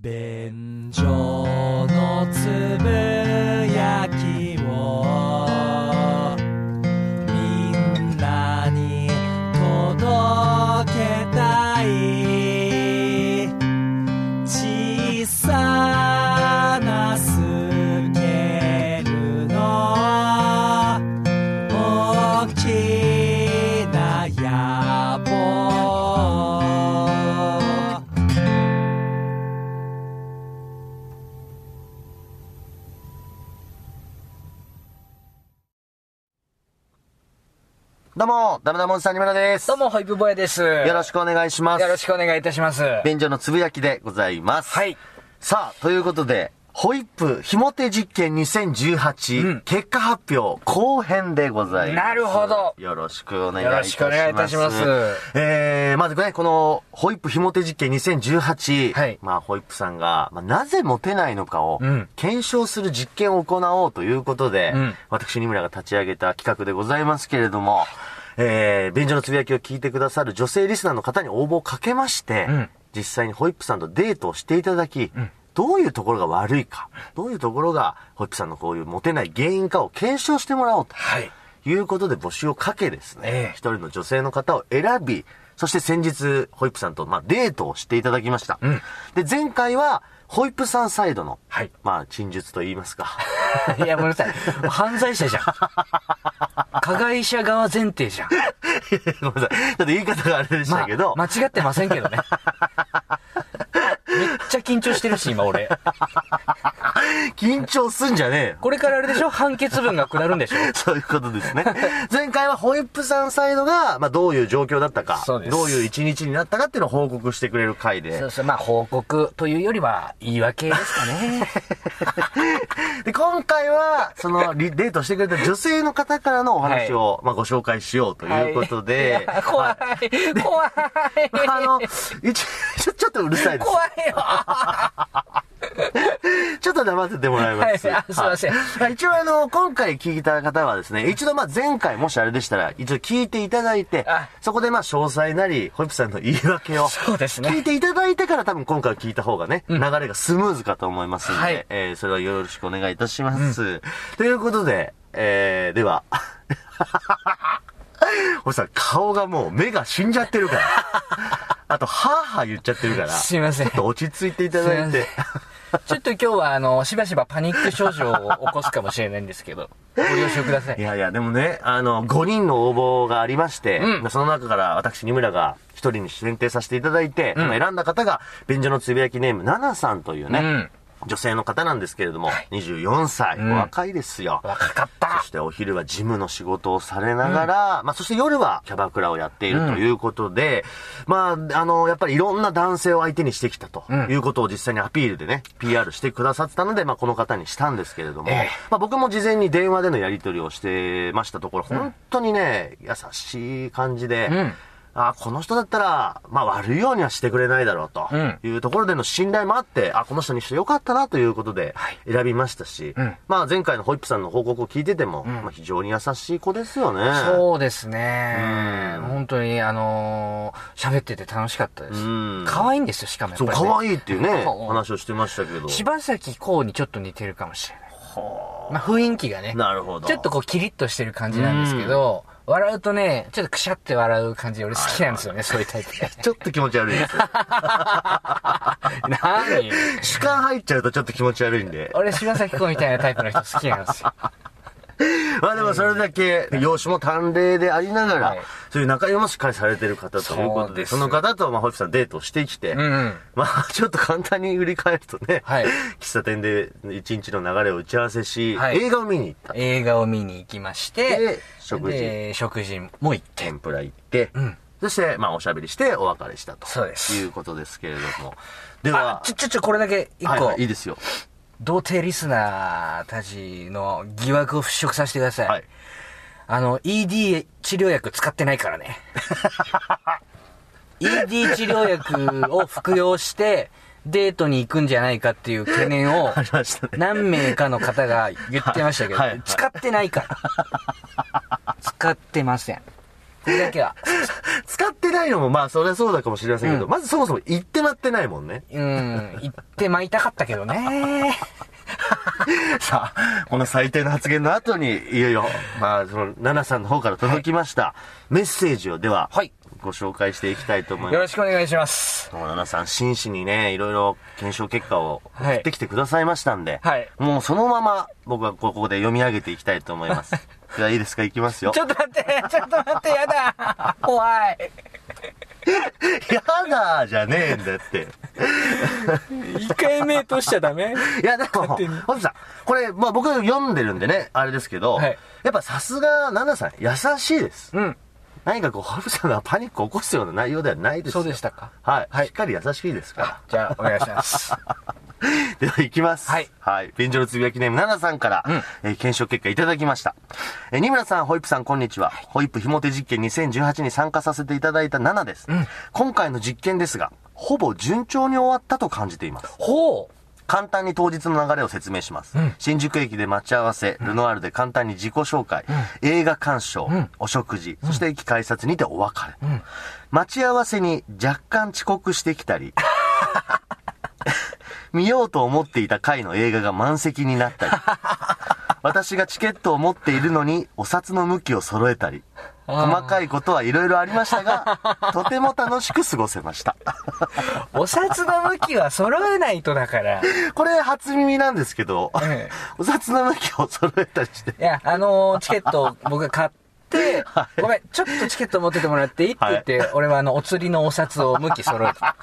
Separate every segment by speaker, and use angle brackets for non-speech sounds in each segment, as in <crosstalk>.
Speaker 1: 便所のつぶやきをみんなに届けたい小さなスケールの大きな野望
Speaker 2: どうも、ダメダモンさんにむらです。
Speaker 3: どうも、ホイップボヤです。
Speaker 2: よ
Speaker 3: よ
Speaker 2: ろしくお願いします。
Speaker 3: ろしくお願いいたします。
Speaker 2: 便所のつぶやきでございます。
Speaker 3: はい。
Speaker 2: さあ、ということで、ホイップひも手実験2018、
Speaker 3: うん
Speaker 2: 結果発表後編でございます。
Speaker 3: なるほど
Speaker 2: よろしくお願いい
Speaker 3: よ
Speaker 2: た
Speaker 3: ろ
Speaker 2: し
Speaker 3: しく
Speaker 2: ます。
Speaker 3: お願いいたします
Speaker 2: えー、まずね、この、ホイップひも手実験2018、
Speaker 3: はい
Speaker 2: まあ、ホイップさんが、まあ、なぜモテないのかを
Speaker 3: うん、
Speaker 2: 検証する実験を行おうということで、
Speaker 3: うん
Speaker 2: 私、二村が立ち上げた企画でございますけれども、えー、便所のつぶやきを聞いてくださる女性リスナーの方に応募をかけまして、
Speaker 3: うん
Speaker 2: 実際にホイップさんとデートをしていただき、どういうところが悪いか、どういうところがホイップさんのこういうモテない原因かを検証してもらおうと。
Speaker 3: はい。
Speaker 2: いうことで募集をかけです
Speaker 3: ええ
Speaker 2: ね、一、人の女性の方を選び、そして先日、ホイップさんと、まあ、デートをしていただきました。
Speaker 3: ん
Speaker 2: で、前回は、ホイップさんサイドの、
Speaker 3: はい
Speaker 2: まあ、陳述と言いますか。
Speaker 3: <laughs>
Speaker 2: <laughs>
Speaker 3: いや、ごめんなさい。犯罪者じゃ <laughs> ん。加害者側前提じゃん。
Speaker 2: ごめんなさい。ちょっと言い方があれでした
Speaker 3: ま
Speaker 2: けど、
Speaker 3: あ、間違ってませんけど <laughs> ね。めっちゃ緊張してるし、今俺。
Speaker 2: 緊張すんじゃねえよ。
Speaker 3: これからあれでしょ判決文が下るんでしょ
Speaker 2: <laughs> そういうことですね。前回はホイップさんサイドが、まあ、どういう状況だったか、
Speaker 3: そうです
Speaker 2: どういう一日になったかっていうのを報告してくれる回で
Speaker 3: そう、そう、まあ、報告というよりは、言い訳ですかね。
Speaker 2: で、今回は、その、リデートしてくれた女性の方からのお話を、まあ、ご紹介しようということで、
Speaker 3: はいいや <laughs> 怖い
Speaker 2: は、
Speaker 3: 怖 <laughs> い
Speaker 2: い。あの、一 <laughs> ちょ、ちょっとうるさいです。
Speaker 3: 怖いよ
Speaker 2: ちょっと黙っててもらいます。
Speaker 3: はいあすいません
Speaker 2: は一応あの、今回聞いた方はですね、一度まあ前回もしあれでしたら、一度聞いていただいて
Speaker 3: あ、
Speaker 2: そこでまあ詳細なり、ホイップさんの言い訳を、
Speaker 3: そうですね
Speaker 2: 聞いていただいてから多分今回聞いた方がね、流れがスムーズかと思いますので、
Speaker 3: はい
Speaker 2: えーそれはよろしくお願いいたします。ということで、えー、で
Speaker 3: <laughs>
Speaker 2: は、ホイップさん顔がもう目が死んじゃってるから、あと、はぁはぁ言っちゃってるから、
Speaker 3: すいません
Speaker 2: ちょっと落ち着いていただい
Speaker 3: すい
Speaker 2: て
Speaker 3: ま。ちょっと今日は、あの、しばしばパニック症状を起こすかもしれないんですけど、ご了承ください
Speaker 2: い。やいや、でもね、あの、5人の応募がありまして、
Speaker 3: うん
Speaker 2: その中から私、二村が1人に選定させていただいて、
Speaker 3: ん
Speaker 2: まあ選んだ方が、便所のつぶやきネーム、ナナさんというね、
Speaker 3: うん
Speaker 2: 女性の方なんですけれども、24歳、
Speaker 3: ん
Speaker 2: お若いですよ。
Speaker 3: 若かっ
Speaker 2: そ
Speaker 3: た
Speaker 2: してお昼はジムの仕事をされながら、まあそして夜はキャバクラをやっているということで、まああの、やっぱりいろんな男性を相手にしてきたと
Speaker 3: ん
Speaker 2: いうことを実際にアピールでね、PR してくださってたので、まあこの方にしたんですけれども、
Speaker 3: ええ
Speaker 2: まあ僕も事前に電話でのやり取りをしてましたところ、本当にね、優しい感じで、
Speaker 3: うん
Speaker 2: あこの人だったら、まあ悪いようにはしてくれないだろうと
Speaker 3: うん
Speaker 2: いうところでの信頼もあって、あ、この人にしてよかったなということで
Speaker 3: はい
Speaker 2: 選びましたし、
Speaker 3: うん
Speaker 2: まあ前回のホイップさんの報告を聞いてても、まあ非常に優しい子ですよね。
Speaker 3: そうですね
Speaker 2: うん。
Speaker 3: 本当に、あのー喋ってて楽しかったです
Speaker 2: うん。
Speaker 3: 可愛いんですよ、しかもやっ
Speaker 2: そう、
Speaker 3: ぱり、ね。
Speaker 2: 可愛いっていうね、
Speaker 3: そう
Speaker 2: 話をしてましたけど。
Speaker 3: 柴咲コウにちょっと似てるかもしれない。まあ、雰囲気がね。
Speaker 2: なるほど。
Speaker 3: ちょっとこう、キリッとしてる感じなんですけど、笑うとね、ちょっとくしゃって笑う感じ、俺好きなんですよね、そういうタイプ
Speaker 2: <laughs>
Speaker 3: ね。
Speaker 2: ちょっと気持ち悪いですよ。
Speaker 3: 何
Speaker 2: <laughs> 主観入っちゃうとちょっと気持ち悪いんで。
Speaker 3: <laughs> 俺、柴咲コウみたいなタイプの人好きなんですよ。
Speaker 2: まあでもそれだけ、容姿も端麗でありながら、
Speaker 3: はい
Speaker 2: そういう仲良もしっかりされてる方ということ
Speaker 3: そう
Speaker 2: で、そ
Speaker 3: です
Speaker 2: の方と、まあ、ホイップさんデートをしてきて、
Speaker 3: うんうん。
Speaker 2: まあ、 <laughs> ちょっと簡単に振り返るとね、
Speaker 3: はい
Speaker 2: 喫茶店で一日の流れを打ち合わせし、
Speaker 3: はい
Speaker 2: 映画を見に行った。
Speaker 3: 映画を見に行きまして、
Speaker 2: で食事
Speaker 3: で食事も行って。
Speaker 2: 天ぷら行って、
Speaker 3: ん
Speaker 2: そして、まあ、おしゃべりしてお別れしたと。
Speaker 3: そうです
Speaker 2: いうことですけれども。で
Speaker 3: あ
Speaker 2: は、、
Speaker 3: ちょ、ちょ、ちょ、これだけ一個、
Speaker 2: はいはい、いいですよ。
Speaker 3: 童貞リスナーたちの疑惑を払拭させてください。
Speaker 2: はい。
Speaker 3: あの、ED 治療薬使ってないからね。ED 治療薬を服用して、デートに行くんじゃないかっていう懸念を
Speaker 2: <laughs> ありましたね
Speaker 3: 何名かの方が言ってましたけど
Speaker 2: はいはい、
Speaker 3: 使ってないから。使ってません。これだけは。
Speaker 2: 使ってないのも、まあ、そりゃそうだかもしれませんけど、まずそもそも行ってなってないもんね。
Speaker 3: うん、行ってまいたかったけどね。
Speaker 2: <laughs> さあ、この最低の発言の後に、いよいよ、まあ、その、奈々さんの方から届きました、メッセージを、では、
Speaker 3: はい
Speaker 2: ご紹介していきたいと思い
Speaker 3: よ
Speaker 2: ま
Speaker 3: ろ
Speaker 2: す。
Speaker 3: しくお願いします。
Speaker 2: もう奈々さん、真摯にね、いろいろ検証結果を送ってきてくださいましたんで、
Speaker 3: はい
Speaker 2: もうそのまま、僕はここで読み上げていきたいと思い
Speaker 3: <laughs>
Speaker 2: ます。じゃあ、いいですかいきますよ
Speaker 3: ち。ょっと待って、ちょっと待って、やだ。怖い。
Speaker 2: やだーじゃねえんだ
Speaker 3: <laughs>
Speaker 2: って。
Speaker 1: 1回目としちゃダメ
Speaker 2: いや、でも、
Speaker 1: 勝手に
Speaker 2: 本さん、これ、まあ僕読んでるんでね、あれですけど、
Speaker 3: はい
Speaker 2: やっぱさすが、奈々さん、優しいです。
Speaker 3: うん。
Speaker 2: 何かこう、ホルさんがパニックを起こすような内容ではないです
Speaker 3: そ
Speaker 2: よ
Speaker 3: うでしたか。
Speaker 2: はい。
Speaker 3: はい
Speaker 2: しっかり優しいですか
Speaker 3: じゃあ、お願いします。
Speaker 2: ら。 <laughs> では、行きます。
Speaker 3: はい
Speaker 2: はい。便所のつぶやきネーム7さんから、えー検証結果いただきました。えー、二村さん、ホイップさん、こんにちは。ホイップひも手実験2018に参加させていただいた7です。今回の実験ですが、ほぼ順調に終わったと感じています。
Speaker 3: <laughs> ほ
Speaker 2: 簡単に当日の流れを説明します。新宿駅で待ち合わせ、ルノアールで簡単に自己紹介、映画鑑賞、お食事、そして駅改札にてお別れ。待ち合わせに若干遅刻してきたり、見ようと思っていた回の映画が満席になったり、私がチケットを持っているのにお札の向きを揃えたり、細かいことはいろいろありましたが、とても楽しく過ごせました。
Speaker 3: う。お札の向きは揃えないとだから。
Speaker 2: これ初耳なんですけど、
Speaker 3: ええ
Speaker 2: お札の向きを揃えたりして。
Speaker 3: いや、あのーチケットを僕が買って、ごめん、ちょっとチケット持っててもらっていいって言って、俺はあの、お釣りのお札を向き揃えた。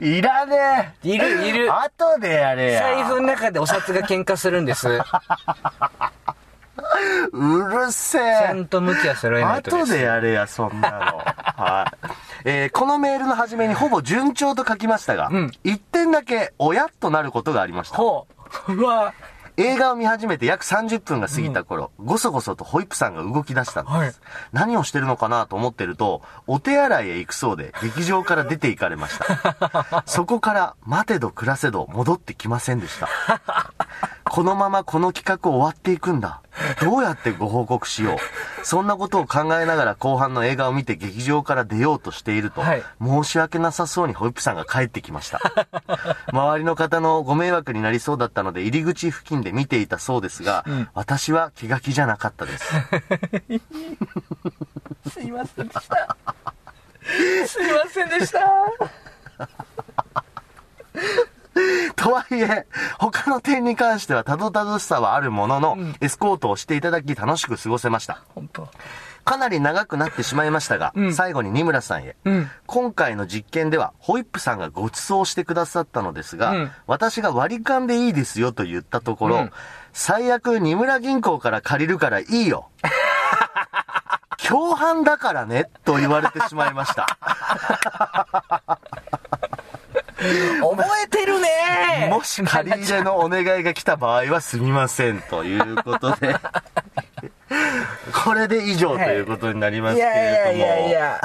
Speaker 2: いらね
Speaker 3: <laughs> いる、いる。
Speaker 2: 後でやれや。
Speaker 3: 財布の中でお札が喧嘩するん <laughs> です。
Speaker 2: うる
Speaker 3: ち
Speaker 2: せ
Speaker 3: ゃ
Speaker 2: え
Speaker 3: ん。と向きは揃えないとで
Speaker 2: 後
Speaker 3: す。
Speaker 2: でやれや、そんな
Speaker 3: <laughs>
Speaker 2: の。はい。えーこのメールの始めにほぼ順調と書きましたが、
Speaker 3: ん
Speaker 2: 一点だけ親となることがありました。
Speaker 3: ほう。うわ。
Speaker 2: 映画を見始めて約30分が過ぎた頃、ごそごそとホイップさんが動き出したんです。
Speaker 3: はい
Speaker 2: 何をしてるのかなと思ってると、お手洗いへ行くそうで、劇場から出て行かれま
Speaker 3: <laughs>
Speaker 2: した。そこから、待てど暮らせど戻ってきませんでした。このままこの企画を終わっていくんだ。どうやってご報告しよう。そんなことを考えながら後半の映画を見て劇場から出ようとしていると、
Speaker 3: はい
Speaker 2: 申し訳なさそうにホイップさんが帰ってき
Speaker 3: <laughs>
Speaker 2: ました。周りの方のご迷惑になりそうだったので入り口付近で見ていたそうですが、私は気が気じゃなかったです。 <laughs>
Speaker 3: すいませんでした。すいませんでした。
Speaker 2: とはいえ、他の点に関してはたどたどしさはあるものの、エスコートをしていただき楽しく過ごせました。
Speaker 3: 本当。
Speaker 2: かなり長くなってしまいましたが、最後に二村さんへ、
Speaker 3: ん
Speaker 2: 今回の実験では、ホイップさんがご馳走してくださったのですが、
Speaker 3: うん
Speaker 2: 私が割り勘でいいですよと言ったところ、
Speaker 3: うん
Speaker 2: 最悪二村銀行から借りるからい
Speaker 3: <laughs>
Speaker 2: いよ。共犯だからね、と言われてしまいま
Speaker 3: <laughs>
Speaker 2: した。
Speaker 3: 覚えてるね
Speaker 2: もし借り入れのお願いが来た場合はすみませんということ
Speaker 3: <laughs>
Speaker 2: で、これで以上ということになります
Speaker 3: い
Speaker 2: け
Speaker 3: や
Speaker 2: れ
Speaker 3: い
Speaker 2: ども、
Speaker 3: やいや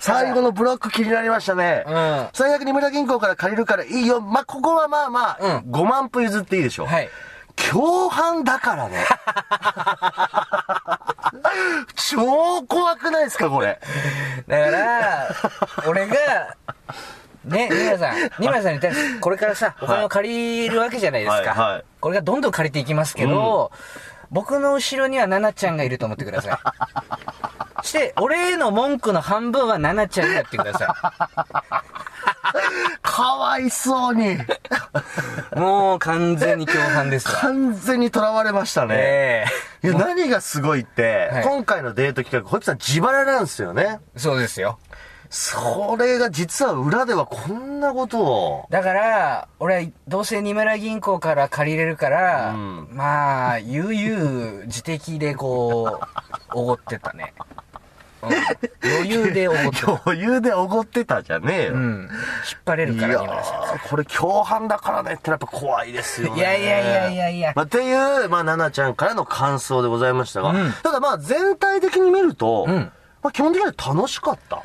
Speaker 2: 最後のブロック気になりましたね。
Speaker 3: いや。うん。
Speaker 2: 最悪に村銀行から借りるからいいよ。まあ、ここはまあまあ、
Speaker 3: う
Speaker 2: 5万歩譲っていいでしょう。
Speaker 3: はい。
Speaker 2: 共犯だからね。超怖くないですか、これ。
Speaker 3: だから、俺が、ね、二村さん、二村さんに対して、これからさ、お金を借りるわけじゃないですか。
Speaker 2: はいはい
Speaker 3: これがどんどん借りていきますけど、僕の後ろには奈々ちゃんがいると思ってください。して、俺への文句の半分は奈々ちゃんにやってくださ
Speaker 2: かわいそうに。
Speaker 3: い。 <laughs> もう完全に共犯です <laughs> わ。
Speaker 2: 完全に囚われましたね。
Speaker 3: え
Speaker 2: いや、何がすごいって、
Speaker 3: はい
Speaker 2: 今回のデート企画、ホイップさん自腹なんですよね。
Speaker 3: えそうですよ。
Speaker 2: それが実は裏ではこんなこ
Speaker 3: <laughs>
Speaker 2: とを。
Speaker 3: だから、俺はどうせ二村銀行から借りれるから、
Speaker 2: うん
Speaker 3: まあ、悠々自適でこう、おごってたね。うん、余裕でおご
Speaker 2: <laughs>
Speaker 3: ってた。
Speaker 2: 余裕でおごってたじゃねえよ。
Speaker 3: うん。引っ張れるから、
Speaker 2: い
Speaker 3: 二
Speaker 2: や
Speaker 3: 村さ
Speaker 2: ーこれ共犯だからねってやっぱ怖いですよ
Speaker 3: ん。
Speaker 2: ね。
Speaker 3: いやいやいやいやいや。
Speaker 2: まあ、っていう、まあ、ななちゃんからの感想でございましたが、
Speaker 3: うん
Speaker 2: ただまあ、全体的に見ると、
Speaker 3: うん
Speaker 2: まあ、基本的には楽しかった。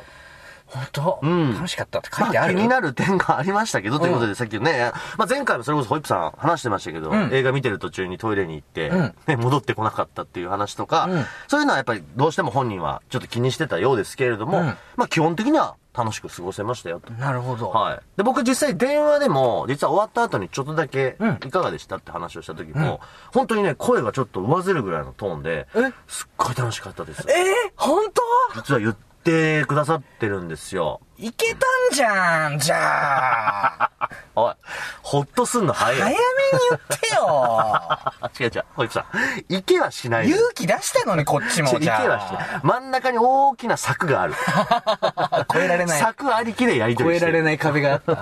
Speaker 3: 本当、
Speaker 2: ん
Speaker 3: 楽しかったって書
Speaker 2: ま
Speaker 3: いてあ
Speaker 2: あ、
Speaker 3: る
Speaker 2: 気になる点がありましたけど、ということ
Speaker 3: う
Speaker 2: で、さっきね、まあ、前回もそれこそホイップさん話してましたけど、
Speaker 3: ん
Speaker 2: 映画見てる途中にトイレに行って、
Speaker 3: うん
Speaker 2: ね、戻ってこなかったっていう話とか、
Speaker 3: うん
Speaker 2: そういうのはやっぱりどうしても本人はちょっと気にしてたようですけれども、
Speaker 3: うん
Speaker 2: まあ、基本的には楽しく過ごせましたよと。
Speaker 3: なるほど。
Speaker 2: はい。で、僕実際電話でも、実は終わった後にちょっとだけ
Speaker 3: うん、
Speaker 2: いかがでしたって話をした時も、本当にね、声がちょっと上ずるぐらいのトーンで
Speaker 3: え、
Speaker 2: すっごい楽しかったです
Speaker 3: え。ー、本当
Speaker 2: 実は言ってくださってるんですよ。
Speaker 3: いけたんじゃん、じゃあ。
Speaker 2: おい、ほっとすんの早い。
Speaker 3: 早めに言ってよ。
Speaker 2: あ、 <laughs> 違う違う。ほいさん、池はしないの。
Speaker 3: 勇気出したのに、こっち
Speaker 2: 違
Speaker 3: も。
Speaker 2: う池
Speaker 3: じゃあ
Speaker 2: はしない。真ん中に大きな柵が
Speaker 3: <laughs>
Speaker 2: ある。
Speaker 3: 超えられない。
Speaker 2: 柵ありきでやりと
Speaker 3: 超
Speaker 2: り
Speaker 3: え
Speaker 2: して
Speaker 3: られ
Speaker 2: る。
Speaker 3: ない壁があ
Speaker 2: <laughs>
Speaker 3: った。
Speaker 2: い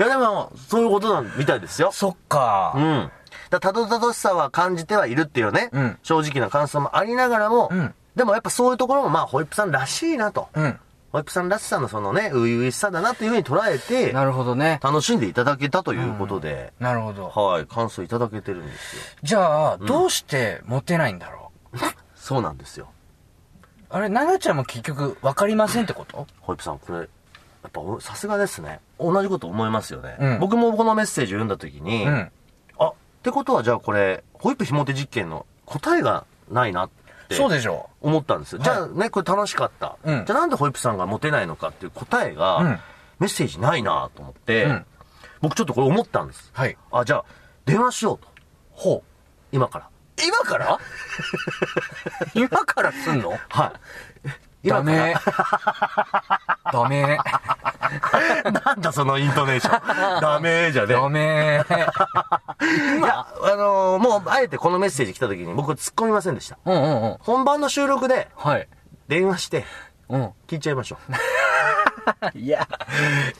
Speaker 2: やでも、そういうことなんみたいですよ。
Speaker 3: そっ
Speaker 2: う
Speaker 3: か。
Speaker 2: ん。だたどたどしさは感じてはいるっていうね、
Speaker 3: うん
Speaker 2: 正直な感想もありながらも、
Speaker 3: うん
Speaker 2: でもやっぱそういうところもまあ、ホイップさんらしいなと。
Speaker 3: うん。
Speaker 2: ホイップさんらしさのそのね、初々しさだなっていうふうに捉えて、
Speaker 3: なるほどね。
Speaker 2: 楽しんでいただけたということで、
Speaker 3: なるほど。
Speaker 2: はい、感想いただけてるんですよ。
Speaker 3: じゃあ、どうしてモテないんだろ
Speaker 2: そうなんですよ。
Speaker 3: う。あれ、奈々ちゃんも結局、わかりませんってこと
Speaker 2: ホイップさん、これ、やっぱおさすがですね。同じこと思いますよね。
Speaker 3: うん
Speaker 2: 僕もこのメッセージを読んだ時に、
Speaker 3: うん。
Speaker 2: あ、ってことはじゃあこれ、ホイップひもて実験の答えがないなって。
Speaker 3: そうでしょ
Speaker 2: 思ったんですよ。
Speaker 3: はい
Speaker 2: じゃあね、これ楽しかった。
Speaker 3: うん
Speaker 2: じゃあなんでホイップさんがモテないのかっていう答えが、
Speaker 3: うん
Speaker 2: メッセージないなと思って、
Speaker 3: うん
Speaker 2: 僕ちょっとこれ思ったんです。
Speaker 3: はい。
Speaker 2: あ、じゃあ、電話しようと。
Speaker 3: ほ
Speaker 2: 今から。今から
Speaker 3: <laughs> う。今からすんの
Speaker 2: はい。
Speaker 3: <laughs> ダ
Speaker 2: 今から
Speaker 3: メ。ダメ。
Speaker 2: <laughs> なんだそのイントネー
Speaker 3: <laughs>
Speaker 2: ション。ダメじゃね。
Speaker 3: ダメ。
Speaker 2: いや、あのーもう、あえてこのメッセージ来た時に僕突っ込みませんでした。
Speaker 3: うんうんうん。
Speaker 2: 本番の収録で、
Speaker 3: はい。
Speaker 2: 電話して、
Speaker 3: うん。
Speaker 2: 聞いちゃいましょ
Speaker 3: <laughs>
Speaker 2: う。
Speaker 3: いや、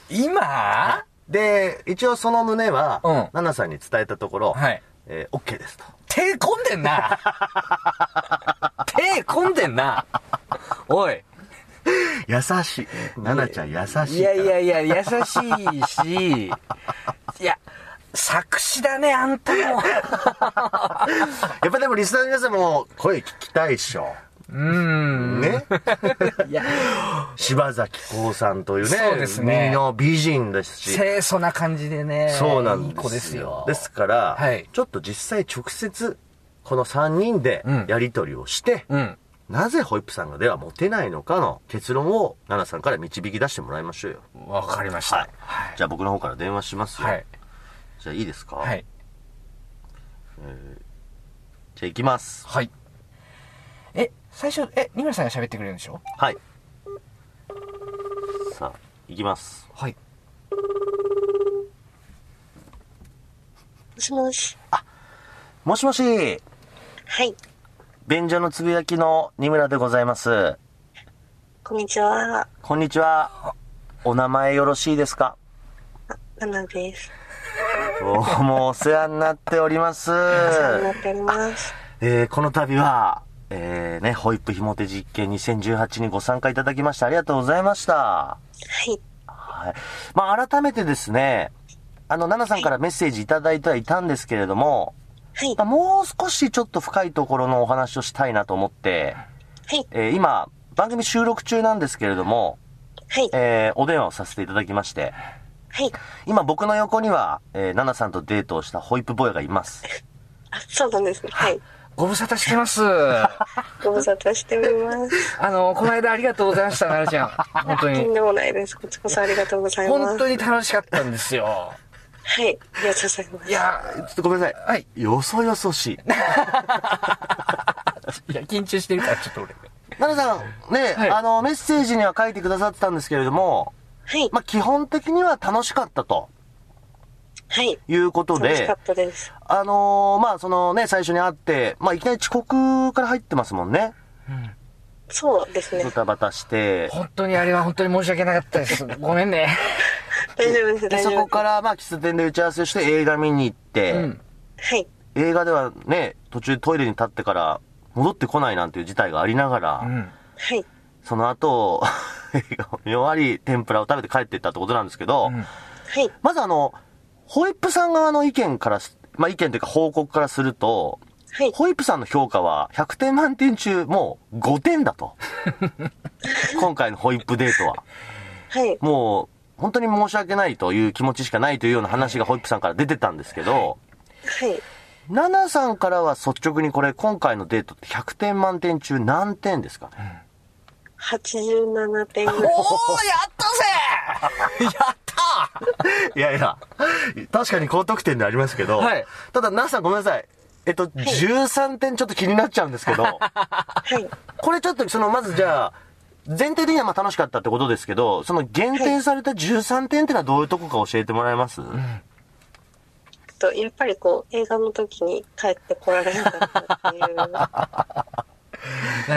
Speaker 3: 今
Speaker 2: で、一応その旨は、
Speaker 3: うん
Speaker 2: 奈々さんに伝えたところ、
Speaker 3: はい
Speaker 2: えー、OK ですと。
Speaker 3: 手込んでん <laughs> な。手込んでんな。おい。
Speaker 2: 優しい。奈々ちゃん優しいから。
Speaker 3: いやいやいや、優しいし、いや、作詞だね、あんたも。
Speaker 2: やっぱでもリスナーの皆さんも声聞きたいっしょ。
Speaker 3: うーん。
Speaker 2: ね。
Speaker 3: いや、
Speaker 2: 柴崎孝さんというね。
Speaker 3: そうですね
Speaker 2: 耳の美人ですし。
Speaker 3: 清楚な感じでね。
Speaker 2: そうなん
Speaker 3: い
Speaker 2: ですよ。
Speaker 3: い子ですよ。
Speaker 2: ですから、
Speaker 3: はい
Speaker 2: ちょっと実際直接、この3人で
Speaker 3: うん
Speaker 2: やり取りをして、
Speaker 3: うん。
Speaker 2: なぜホイップさんがではモテないのかの結論を奈々さんから導き出してもらいましょうよ。
Speaker 3: わかりました。
Speaker 2: はい。じゃあ僕の方から電話しますよ。
Speaker 3: はい。
Speaker 2: じゃあいいですか
Speaker 3: はい。
Speaker 2: じゃあ行きます。
Speaker 3: はい。え、最初、え、二村さんが喋ってくれるんでしょ
Speaker 2: はい。さあ、行きます。
Speaker 3: はい。
Speaker 4: もしもし。
Speaker 2: もしもし
Speaker 4: はい。
Speaker 2: 便所のつぶやきの二村でございます。
Speaker 4: こんにちは。
Speaker 2: こんにちは。お名前よろしいですか
Speaker 4: ナナです。
Speaker 2: どうもお世話になっております。
Speaker 4: お世話になっております。
Speaker 2: えーこの度は、えーね、ホイップひもて実験2018にご参加いただきましてありがとうございました。
Speaker 4: はい。
Speaker 2: はい。まあ、改めてですね、あの、ナナさんからメッセージいただいてはいたんですけれども、
Speaker 4: はい
Speaker 2: ま。あもう少しちょっと深いところのお話をしたいなと思って、
Speaker 4: はい。
Speaker 2: えー今、番組収録中なんですけれども、
Speaker 4: はい。
Speaker 2: えーお電話をさせていただきまして、
Speaker 4: はい。
Speaker 2: 今僕の横には、えー、ナナさんとデートをしたホイップボーイがいます。
Speaker 4: あ、そうなんですね。はい。
Speaker 3: ご無沙汰してます。
Speaker 4: ご無沙汰しております。
Speaker 3: あの、この間ありがとうございました、奈々ちゃん。本当
Speaker 4: とん
Speaker 3: に。
Speaker 4: でもないです。こちらこそありがとうございます。
Speaker 3: 本当に楽しかったんですよ。
Speaker 4: はい。ありがとうございます。
Speaker 3: いや、
Speaker 2: ちょっとごめんなさい。
Speaker 3: はい。
Speaker 2: よそよそしい。
Speaker 3: いや、緊張してるから、ちょっと俺。
Speaker 2: ナナさん、ね、
Speaker 3: はい
Speaker 2: あの、メッセージには書いてくださってたんですけれども、
Speaker 4: はい。
Speaker 2: まあ、基本的には楽しかったと
Speaker 4: はい。
Speaker 2: いうこと
Speaker 4: 楽しか
Speaker 2: で
Speaker 4: っ、たです。
Speaker 2: あのーまあ、そのね、最初に会って、まあ、いきなり遅刻から入ってますもんね。
Speaker 4: そうですね
Speaker 2: ド。タバタして、
Speaker 3: 本当にあれは本当に申し訳なかったです。ごめんね。
Speaker 4: 大丈夫です。
Speaker 2: で
Speaker 4: 大丈
Speaker 2: そ
Speaker 4: 夫です。
Speaker 2: こから、まあ、喫茶店で打ち合わせをして映画見に行って、
Speaker 3: うん。
Speaker 4: はい。
Speaker 2: 映画ではね、途中トイレに立ってから戻ってこないなんていう事態がありながら、
Speaker 3: うん。
Speaker 4: はい。
Speaker 2: その後、 <laughs> 映画を見終わり、天ぷらを食べて帰っていったってことなんですけど、
Speaker 3: うん
Speaker 4: はい。
Speaker 2: まずあの、ホイップさん側の意見からす、まあ意見というか報告からすると、
Speaker 4: はい。
Speaker 2: ホイップさんの評価は100点満点中もう5点だ
Speaker 3: <laughs>
Speaker 2: と。今回のホイップデートは。
Speaker 4: はい。
Speaker 2: もう本当に申し訳ないという気持ちしかないというような話がホイップさんから出てたんですけど、
Speaker 4: はい。
Speaker 2: ナナさんからは率直にこれ今回のデートって100点満点中何点ですかね
Speaker 4: 87点
Speaker 3: お
Speaker 4: ぐらい。
Speaker 3: ー、やったぜやった
Speaker 2: いやいや、確かに高得点でありますけど、
Speaker 3: はい
Speaker 2: ただナナさんごめんなさい。えっと、13点ちょっと気になっちゃうんですけ <laughs> ど、
Speaker 4: はい。
Speaker 2: これちょっとその、まずじゃあ、前提的にはまあ楽しかったってことですけど、その減点された13点ってのはどういうとこか教えてもらえます、
Speaker 4: と、やっぱりこう、映画の時に帰ってこられなかったってい
Speaker 3: <laughs>
Speaker 4: う。
Speaker 3: な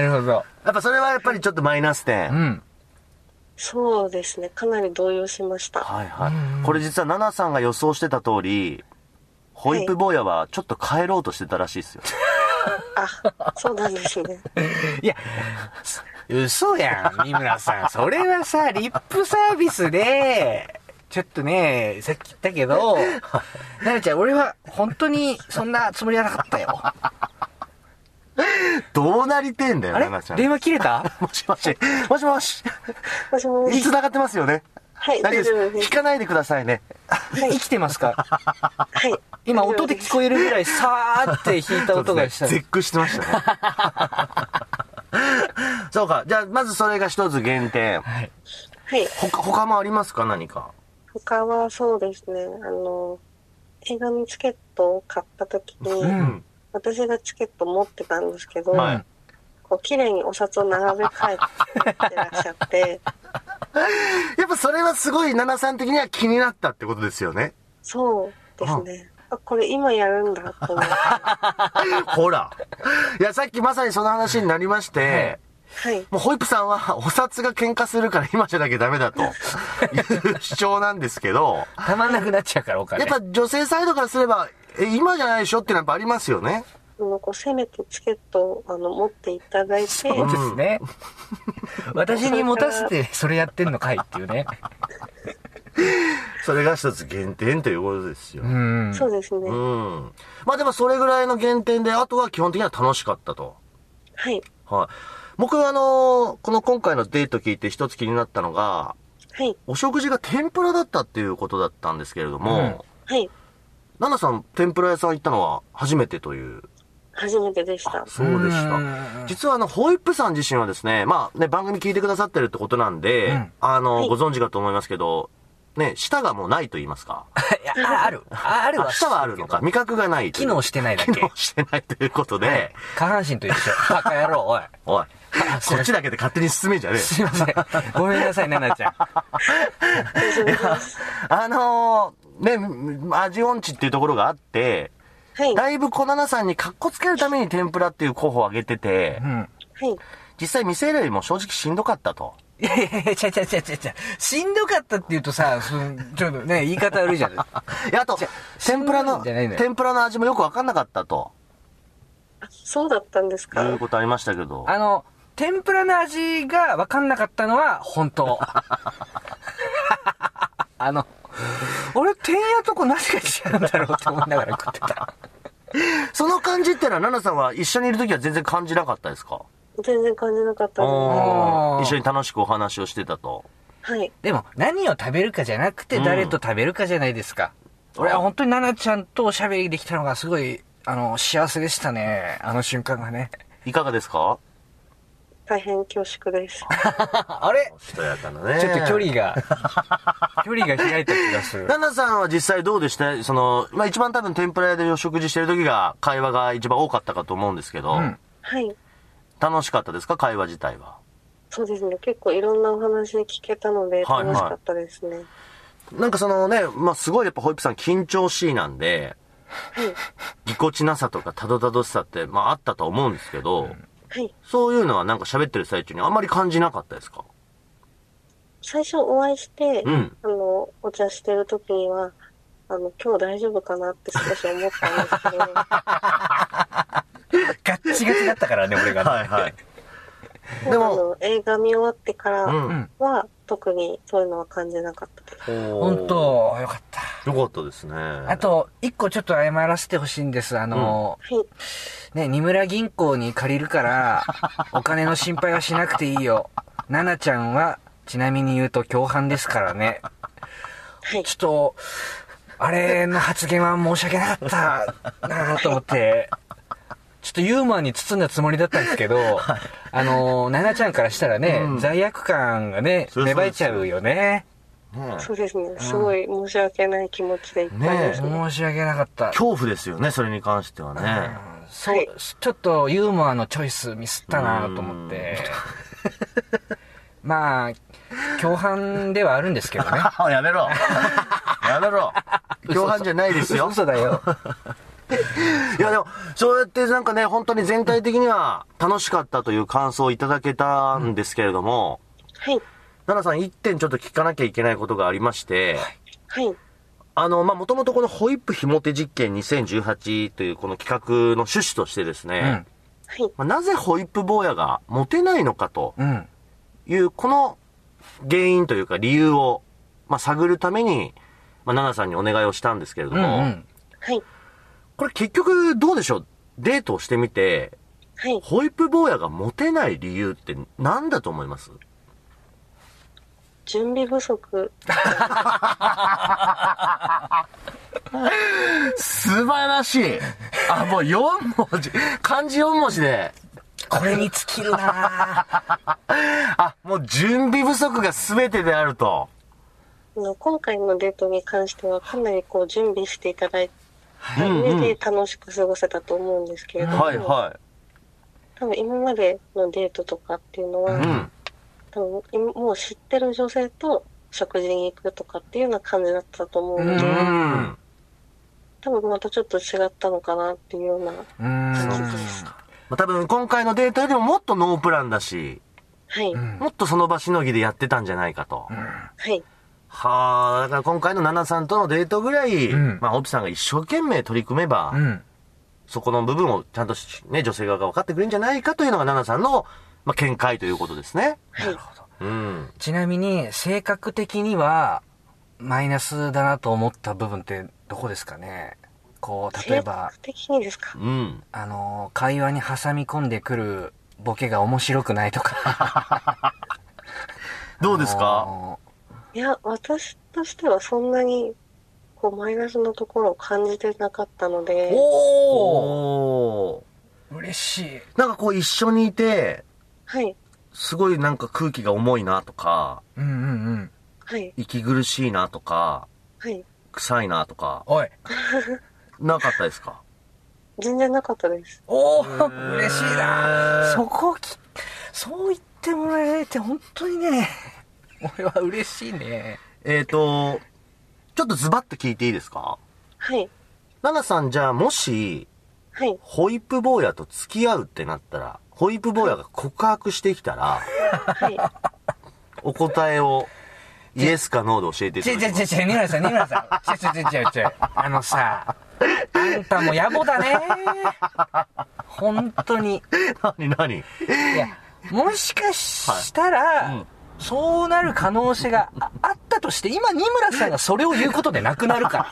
Speaker 3: るほど。
Speaker 2: やっぱそれはやっぱりちょっとマイナス点。
Speaker 3: うん。
Speaker 4: そうですね。かなり動揺しました。
Speaker 2: はいはい。これ実はナナさんが予想してた通り、ホイップ坊やはちょっと帰ろうとしてたらしいですよ。
Speaker 4: あ、そうなんです
Speaker 3: <laughs>
Speaker 4: ね。
Speaker 3: いや、嘘やん、三村さん。それはさ、リップサービスで、ちょっとね、さっき言ったけど、ななちゃん、俺は本当にそんなつもりはなかったよ。
Speaker 2: どうなりてんだよ、
Speaker 3: あれ
Speaker 2: ナナちゃん。
Speaker 3: 電話切れた
Speaker 2: もしもし。もしも <laughs> し。
Speaker 4: もしもし。
Speaker 2: 繋がってますよね。
Speaker 4: はい、
Speaker 2: 大丈
Speaker 4: 大丈
Speaker 2: 夫
Speaker 4: 夫
Speaker 2: で。
Speaker 4: ですす
Speaker 2: 引。かないでくださいね。
Speaker 3: 生きてますか
Speaker 4: はい。
Speaker 3: 今音で聞こえるぐらいさーって弾いた音がした。
Speaker 2: 絶句してま <laughs> したね。そうか。じゃあ、まずそれが一つ減点。
Speaker 3: はい。
Speaker 4: はい。
Speaker 2: 他、他もありますか何か。
Speaker 4: 他はそうですね。あの、映画のチケットを買った時に、
Speaker 2: ん
Speaker 4: 私がチケット持ってたんですけど、
Speaker 2: はい
Speaker 4: こう綺麗にお札を並べ替えてらっしゃ
Speaker 3: <laughs>
Speaker 4: って、
Speaker 2: やっぱそれはすごい、ナナさん的には気になったってことですよ <laughs> ね。
Speaker 4: そうですね。あ、これ今やるんだと
Speaker 3: <laughs>
Speaker 4: 思って。は
Speaker 2: ほら。いや、さっきまさにその話になりまして、
Speaker 4: い。
Speaker 2: もうホイップさんはお札が喧嘩するから今じゃなきゃダメだという主張なんですけど、
Speaker 3: たまんなくなっちゃうから、お金。
Speaker 2: やっぱ女性サイドからすれば、え、今じゃないでしょっていうのはやっぱありますよね。
Speaker 4: あのこうせめてチケットをあの持っていただいて、
Speaker 3: そうですね。私に持たせて、それやってんのかいっていうね。
Speaker 2: それが一つ減点ということですよ。
Speaker 3: うん。
Speaker 4: そうですね。
Speaker 2: うん。まあでもそれぐらいの減点で、あとは基本的には楽しかったと。
Speaker 4: はい。
Speaker 2: はい。僕あのーこの今回のデート聞いて一つ気になったのが、
Speaker 4: はい。
Speaker 2: お食事が天ぷらだったっていうことだったんですけれども、
Speaker 4: はい。
Speaker 2: ナ、ナ、さん天ぷら屋さん行ったのは初めてという。
Speaker 4: 初めてでした。
Speaker 2: そうでした。
Speaker 3: うん
Speaker 2: 実はあの、ホイップさん自身はですね、まあね、番組聞いてくださってるってことなんで、
Speaker 3: うん
Speaker 2: あの、
Speaker 4: はい
Speaker 2: ご存知かと思いますけど、ね、舌がもうないと言いますか。
Speaker 3: いやあある。あある
Speaker 2: あ
Speaker 3: は。
Speaker 2: 舌はあるのか、。味覚がないとい
Speaker 3: 機
Speaker 2: う。
Speaker 3: 能してないだけ。
Speaker 2: 機能してないということで、
Speaker 3: 下半身と一緒。バカ野郎、おい。 <laughs>
Speaker 2: おい、こっちだけで勝手に進めんじゃねえよ
Speaker 3: すいません。ごめんなさい、奈々ちゃん。
Speaker 4: 大丈夫です。
Speaker 2: あのー、ね、味音痴っていうところがあって、
Speaker 4: はい。は
Speaker 2: だいぶ小七さんに格好つけるために天ぷらっていう候補を挙げてて、
Speaker 3: うん。
Speaker 4: い。
Speaker 2: 実際店選びも正直しんどかったと。
Speaker 3: いやいやいや、ちゃちゃちゃちゃちゃ。しんどかったって言うとさ、そのちょっとね、言い方悪いじゃん。
Speaker 2: いや、あと、天ぷら
Speaker 3: しんどい
Speaker 2: の、
Speaker 3: んじゃないのよ
Speaker 2: 天ぷらの味もよくわかんなかったと。
Speaker 4: あそうだったんです
Speaker 2: い
Speaker 4: か。
Speaker 2: うことありましたけど。
Speaker 3: あの、天ぷらの味が分かんなかったのは本当。 <laughs> あの、俺、天やとこ何が違うんだろうって思いながら食ってた。
Speaker 2: その感じってのは、ナナさんは一緒にいるときは全然感じなかったですか
Speaker 4: 全然感じなかったの
Speaker 3: あー
Speaker 2: 一緒に楽しくお話をしてたと。
Speaker 4: で。はい。
Speaker 3: でも、何を食べるかじゃなくて、
Speaker 2: うん
Speaker 3: 誰と食べるかじゃないですか。俺は本当に奈々ちゃんとおしゃべりできたのがすごい、あの、幸せでしたね。あの瞬間がね。
Speaker 2: いかがですか
Speaker 4: 大変恐縮です。
Speaker 3: あれ
Speaker 2: しとやかなね
Speaker 3: ちょっと距離 <laughs> が、距離が開いた気がする。
Speaker 2: ナナさんは実際どうでしたその、まあ、一番多分天ぷら屋でお食事してる時が会話が一番多かったかと思うんですけど、
Speaker 3: うん
Speaker 4: はい。
Speaker 2: 楽しかったですか会話自体は。
Speaker 4: そうですね。結構いろんなお話聞けたので
Speaker 2: はいはい
Speaker 4: 楽しかったですね。
Speaker 2: なんかそのね、まあ、すごいやっぱホイップさん緊張しいなんで、ぎこちなさとかたどたどしさって、まあ、あったと思うんですけど、
Speaker 4: はい。
Speaker 2: そういうのはなんか喋ってる最中にあんまり感じなかったですか
Speaker 4: 最初お会いして、
Speaker 2: うん
Speaker 4: あの、お茶してる時には、あの、今日大丈夫かなって少し思ったんですけど、
Speaker 3: ガッチガチだったからね、俺が。
Speaker 2: はいはい。 <laughs> でも、
Speaker 4: あの映画見終わってから
Speaker 2: う
Speaker 4: は、
Speaker 2: ん。
Speaker 4: 特にそういうのは感じなかったです。
Speaker 3: 本当よかった。
Speaker 2: よかったですね。あ
Speaker 3: あ、と、一個ちょっと謝らせてほしいんです。あの、
Speaker 4: はい。
Speaker 3: ね、二村銀行に借りる
Speaker 4: <laughs>
Speaker 3: から、お金の心配はしなくていいよ。奈々ちゃんは、ちなみに言うと共犯ですからね。
Speaker 4: はい
Speaker 3: ちょっと、あれの発言は申し訳なかったなと思って、ちょっとユーモアに包んだつもりだったんですけど、あの、奈々ちゃんからしたらね、
Speaker 2: うん
Speaker 3: 罪悪感がね、
Speaker 2: そりゃ
Speaker 3: 芽生
Speaker 2: そうで
Speaker 3: え
Speaker 2: す
Speaker 3: ち
Speaker 2: よ
Speaker 3: ゃうよね。
Speaker 2: ねえ
Speaker 4: そうですね。すごい申し訳ない気持ちでいっぱいです
Speaker 3: 申
Speaker 4: ね。
Speaker 3: し訳なかった。
Speaker 2: 恐怖ですよね、それに関してはね。
Speaker 3: そう、
Speaker 4: はい
Speaker 3: ちょっとユーモアのチョイスミスったなと思 <laughs> って。まあ、共犯ではあるんですけどね。<laughs>
Speaker 2: やめろやめろ共犯じゃないですよ。
Speaker 3: 嘘だよ。
Speaker 2: いやでも、そうやってなんかね、本当に全体的には楽しかったという感想をいただけたんですけれども、
Speaker 4: はい。
Speaker 2: 奈々さん一点ちょっと聞かなきゃいけないことがありまして、
Speaker 4: はい。
Speaker 2: あの、まあ、もともとこのホイップひも手実験2018というこの企画の趣旨としてです
Speaker 3: う
Speaker 2: ね
Speaker 3: ん、。
Speaker 4: はい。
Speaker 2: まあなぜホイップ坊やがモテないのかと
Speaker 3: うん。
Speaker 2: いう、この原因というか理由を、まあ、探るために、まあ、奈々さんにお願いをしたんですけれど
Speaker 3: う
Speaker 2: も、
Speaker 3: ん。うん。
Speaker 4: はい。
Speaker 2: これ結局どうでしょうデートをしてみて、
Speaker 4: はい。
Speaker 2: ホイップ坊やがモテない理由って何だと思います
Speaker 4: 準備不足。
Speaker 2: 素晴らしいあ、もう4文字、漢字4文字で、
Speaker 3: これに尽きるなぁ
Speaker 2: あ、もう準備不足が全てであると。
Speaker 4: あの今回のデートに関してはかなりこう準備していただいた
Speaker 2: うんう
Speaker 4: 上
Speaker 2: ん
Speaker 4: で楽しく過ごせたと思うんですけれども、
Speaker 2: はいは
Speaker 4: 多分今までのデートとかっていうのは、
Speaker 2: い。うん。
Speaker 4: 多分今もう知ってる女性と食事に行くとかっていうような感じだったと思うの
Speaker 2: う
Speaker 4: で、
Speaker 2: ん。
Speaker 4: 多分またちょっと違ったのかなっていうような
Speaker 3: うーん
Speaker 4: 感じです。
Speaker 2: まあ多分今回のデートよりももっとノープランだし、
Speaker 4: はい、
Speaker 2: もっとその場しのぎでやってたんじゃないかと。
Speaker 4: はい、
Speaker 2: はあ、だから今回の奈々さんとのデートぐらい、
Speaker 3: ん
Speaker 2: まあ、オピさんが一生懸命取り組めば、
Speaker 3: うん。
Speaker 2: そこの部分をちゃんとしね、女性側が分かってくれるんじゃないかというのが奈々さんの、まあ、見解ということですね。
Speaker 4: はい、
Speaker 2: うん。
Speaker 3: ちなみに、性格的には、マイナスだなと思った部分ってどこですかねこう、例え
Speaker 4: 性
Speaker 3: ば
Speaker 4: 格、的にですか
Speaker 2: うん。
Speaker 3: あのー、会話に挟み込んでくるボケが面白くないとか。
Speaker 2: どうです
Speaker 3: あ
Speaker 2: か
Speaker 3: の
Speaker 4: いや、私としてはそんなにこうマイナスのところを感じてなかったの
Speaker 3: ー
Speaker 4: で、
Speaker 3: おお
Speaker 2: お
Speaker 3: 嬉しい。
Speaker 2: なんかこう一緒にいて、
Speaker 4: はい、
Speaker 2: すごいなんか空気が重いなとか、
Speaker 3: うんうんうん。
Speaker 4: はい、
Speaker 2: 息苦しいなとか、
Speaker 4: はい、
Speaker 2: 臭いなとか、
Speaker 3: おい。
Speaker 2: なかったで
Speaker 3: <laughs>
Speaker 2: すか
Speaker 4: 全然なかったです。
Speaker 3: おお
Speaker 2: ー
Speaker 3: 嬉しいなそこをき、そう言ってもらえて本当にね、俺は嬉しいね。
Speaker 2: えーと、ちょっとズバッと聞いていいですか
Speaker 4: はい、
Speaker 2: 奈々さんじゃあもし、
Speaker 4: はい、
Speaker 2: ホイップ坊やと付き合うってなったら、ホイップ坊やが告白してき
Speaker 3: <laughs>
Speaker 2: たら、
Speaker 4: はい。
Speaker 2: お答えを、イエスかノーで教えてい
Speaker 3: ち
Speaker 2: た
Speaker 3: ょ
Speaker 2: だ
Speaker 3: ちょ
Speaker 2: き
Speaker 3: ち
Speaker 2: ま
Speaker 3: ょ
Speaker 2: す。
Speaker 3: ちょ、ニムラさん、ニムラさん。ちょちょちょちょちょ。あのさ、あんたも野暮だね。本当に。
Speaker 2: 何何
Speaker 3: いや、もしかしたら、
Speaker 2: いうん
Speaker 3: そうなる可能性がああったとして、今、ニムラさんがそれを言うことでなくなるから。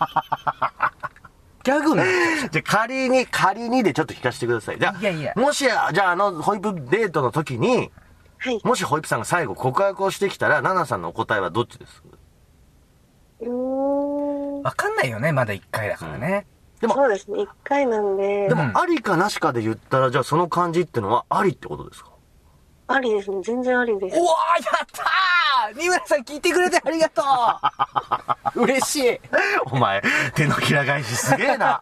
Speaker 3: ギャグなの
Speaker 2: じゃ、仮に、仮にでちょっと聞かせてください。じゃあ、
Speaker 3: いやいや
Speaker 2: もし、じゃあ、あの、ホイップデートの時に、
Speaker 4: はい。
Speaker 2: もしホイップさんが最後告白をしてきたら、ナナさんのお答えはどっちです
Speaker 4: うーん。
Speaker 3: わかんないよね、まだ一回だからね。
Speaker 2: でも
Speaker 4: そうですね。一回なんで
Speaker 2: で、も、
Speaker 3: うん
Speaker 2: ありかなしかで言ったら、じゃあその感じってのはありってことですか
Speaker 4: ありですね。全然ありです
Speaker 3: お。わーやったーニムラさん聞いてくれてありがとう嬉しい。
Speaker 2: <laughs> お前、手のひら返しすげえな。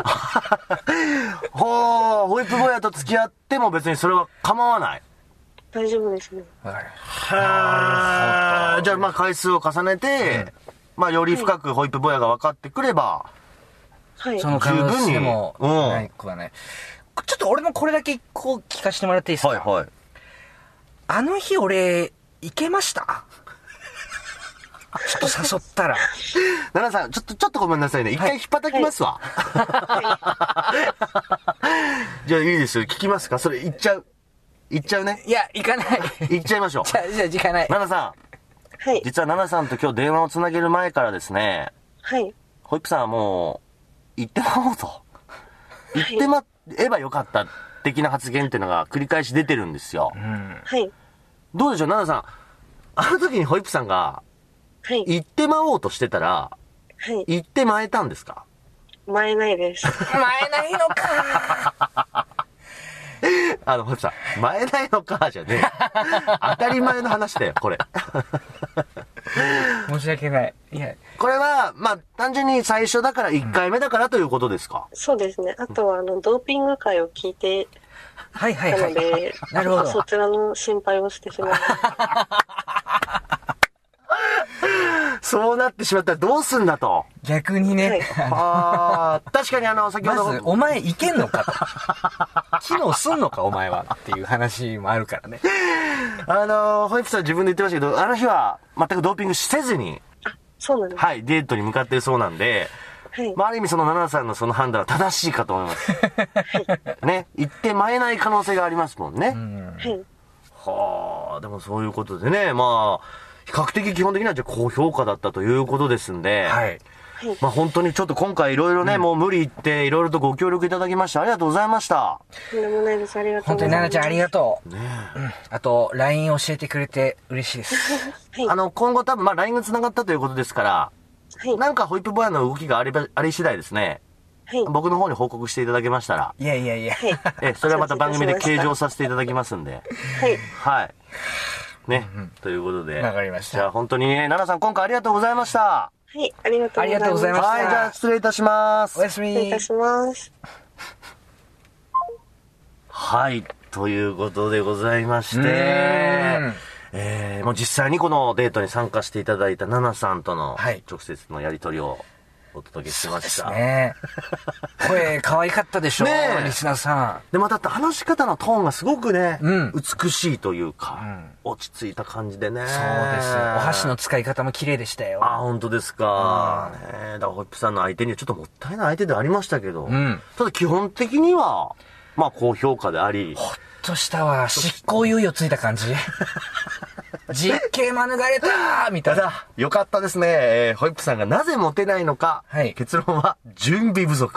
Speaker 2: <laughs> ほう、ホイップ坊やと付き合っても別にそれは構わない。
Speaker 4: 大丈夫ですね。
Speaker 2: はじゃあ、まあ回数を重ねて、まあより深くホイップ坊やが分かってくれば、
Speaker 4: はい。
Speaker 3: その可能性も
Speaker 2: 十分にうん
Speaker 3: ないくはない。ちょっと俺もこれだけこう聞かせてもらっていいですか
Speaker 2: はい。
Speaker 3: あの日俺、行けましたちょっと誘ったら。
Speaker 2: 奈々さん、ちょっと、ちょっとごめんなさいね。一回引っ叩きますわ。じゃあいいですよ。聞きますかそれ言っちゃう。言っちゃうね。
Speaker 3: いや、行かない。
Speaker 2: <laughs> 言っちゃいましょう。
Speaker 3: じゃあ、じゃあ、行かない。
Speaker 2: 奈々さん、
Speaker 4: はい。
Speaker 2: 実は奈々さんと今日電話をつなげる前からですね、
Speaker 4: はい。
Speaker 2: ホイップさんはもう、行ってまおうと。行ってまえばよかった的な発言っていうのが繰り返し出てるんですよ
Speaker 3: う。ん。
Speaker 4: はい。
Speaker 2: どうでしょう、奈々さん。あの時にホイップさんが、
Speaker 4: はい。
Speaker 2: 行ってまおうとしてたら、
Speaker 4: はい。
Speaker 2: 行ってまえたんですか
Speaker 4: 前ない
Speaker 3: <laughs>
Speaker 4: です。
Speaker 3: 前ないのか。
Speaker 2: あの、ホイップさん、前ないのか、じゃねえ。当たり前の話だよ、これ。
Speaker 3: 申し訳ない。いや、
Speaker 2: これは、まあ、単純に最初だから1回目だからということですか、
Speaker 4: そうですね。あとは、あの、ドーピング会を聞いて
Speaker 3: はいはい
Speaker 4: た
Speaker 3: は
Speaker 4: ので
Speaker 3: い。、 <laughs> なるほ
Speaker 4: そ
Speaker 3: ど。
Speaker 4: ちらの心配をしてしまいました。
Speaker 2: そうなってしまったらどうすんだ <laughs> と。
Speaker 3: 逆にね、
Speaker 2: ああ、確かにあの、先ほ
Speaker 3: ま
Speaker 2: ど。
Speaker 3: ず、お前いけんのかと。 <laughs> 機能すんのか、お前は。っていう話もあるからね。
Speaker 2: あのーホイップさん自分で言ってましたけど、あの日は全くドーピングせずに、
Speaker 4: そうなんです。
Speaker 2: はい、デートに向かってるそうなんで、
Speaker 4: はい。
Speaker 2: まあ、ある意味その奈々さんのその判断は正しいかと思います。ね、言ってまえない可能性がありますもんね。
Speaker 3: うん。
Speaker 4: はい。
Speaker 2: はあ、でもそういうことでね、まあ、比較的基本的にはじゃあ高評価だったということですんで、
Speaker 3: はい。
Speaker 4: はい。
Speaker 2: まあ本当にちょっと今回いろいろね、もう無理言っていろいろとご協力いただきましてありがとうございました。
Speaker 4: とんでもないです。ありがとう
Speaker 3: 本
Speaker 4: ご
Speaker 3: 当
Speaker 4: ざい
Speaker 3: に奈
Speaker 4: ま
Speaker 3: 々
Speaker 4: す。
Speaker 3: ちゃんありがとう。
Speaker 2: ねえ
Speaker 3: うん。あと、LINE 教えてくれて嬉しいです。
Speaker 4: はい。
Speaker 2: あの、今後多分まあ LINE が繋がったということですから、
Speaker 4: はい。
Speaker 2: なんかホイップボヤの動きがあれば、あれ次第ですね、
Speaker 4: はい。
Speaker 2: 僕の方に報告していただけましたら、
Speaker 3: いやいやいや。
Speaker 4: はい。
Speaker 2: え、それはまた番組で計上させていただきますんで。
Speaker 3: <laughs>
Speaker 4: はい。
Speaker 2: はい。ね。ということで。
Speaker 3: わかりました
Speaker 2: じゃあ本当にね、奈々さん今回ありがとうございました。
Speaker 4: はい。ありがとうございます。
Speaker 3: ありがとうございました
Speaker 2: はい、じゃあ失礼いたします
Speaker 3: お。やす
Speaker 4: 失礼い
Speaker 3: み
Speaker 4: た。します。
Speaker 2: はい。ということでございまし
Speaker 3: う
Speaker 2: て
Speaker 3: ーん、
Speaker 2: えー、もう実際にこのデートに参加していただいた奈々さんとの
Speaker 3: はい
Speaker 2: 直接のやりとりをお届けしました。
Speaker 3: ねえ。声可愛かったでしょ、
Speaker 2: ねえ
Speaker 3: リスナーさ
Speaker 2: で、また話し方のトーンがすごくね、
Speaker 3: うん
Speaker 2: 美しいというか、落ち着いた感じでね。
Speaker 3: ん。そうですよ。お箸の使い方も綺麗でしたよ。
Speaker 2: あ、本当ですか。ねえだからホイップさんの相手にはちょっともったいない相手ではありましたけど、
Speaker 3: ん
Speaker 2: ただ基本的には、まあ高評価であり、
Speaker 3: ほっとしたわ。執行猶予ついた感じ。実刑免れたーみた
Speaker 2: た
Speaker 3: いな。
Speaker 2: だ、よかったですね。えーホイップさんがなぜモテないのか、
Speaker 3: はい
Speaker 2: 結論は準備不 <laughs> 足。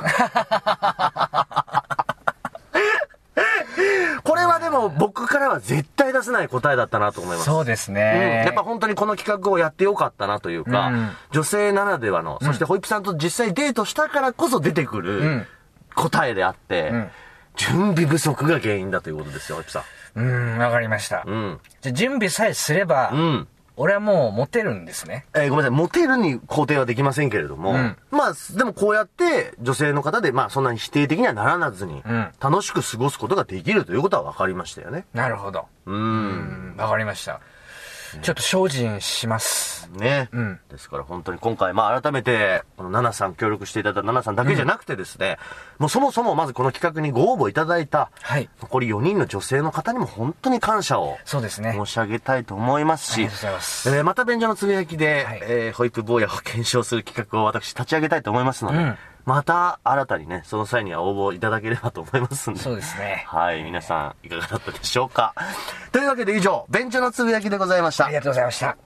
Speaker 2: これはでも僕からは絶対出せない答えだったなと思います。
Speaker 3: そうです
Speaker 2: うん
Speaker 3: ね。
Speaker 2: やっぱ本当にこの企画をやってよかったなというか、
Speaker 3: うん
Speaker 2: 女性ならではの、そしてホイップさんと実際デートしたからこそ出てくる
Speaker 3: ん
Speaker 2: 答えであって、
Speaker 3: ん
Speaker 2: 準備不足が原因だということですよ、ホイップさ
Speaker 3: うん、わかりました。
Speaker 2: ん。うん。
Speaker 3: じゃあ準備さえすれば、
Speaker 2: うん。
Speaker 3: 俺はもうモテるんですね。
Speaker 2: えーごめんなさい、モテるに肯定はできませんけれども、
Speaker 3: うん
Speaker 2: まあ、でもこうやって女性の方で、まあそんなに否定的にはならなずに
Speaker 3: うん、
Speaker 2: 楽しく過ごすことができるということは分かりましたよね。
Speaker 3: なるほど。
Speaker 2: うん。
Speaker 3: うん、わかりました。ちょっと精進します。
Speaker 2: ね。
Speaker 3: うん
Speaker 2: ですから本当に今回、まあ改めて、この奈々さん協力していただいた奈々さんだけじゃなくてですね、もうそもそもまずこの企画にご応募いただいた、
Speaker 3: はい
Speaker 2: 残り4人の女性の方にも本当に感謝を
Speaker 3: そうですね。
Speaker 2: 申し上げたいと思います
Speaker 3: あり
Speaker 2: し
Speaker 3: がとうございます
Speaker 2: えーまた便所のつぶやきで、
Speaker 3: はい
Speaker 2: えーホイップ坊やを検証する企画を私立ち上げたいと思いますので、
Speaker 3: うん
Speaker 2: また新たにね、その際には応募いただければと思いますんで。
Speaker 3: そうですね。
Speaker 2: はい、皆さんいかがだったでしょうか。というわけで以上、便所のつぶやきでございました
Speaker 3: あり。がとうございました。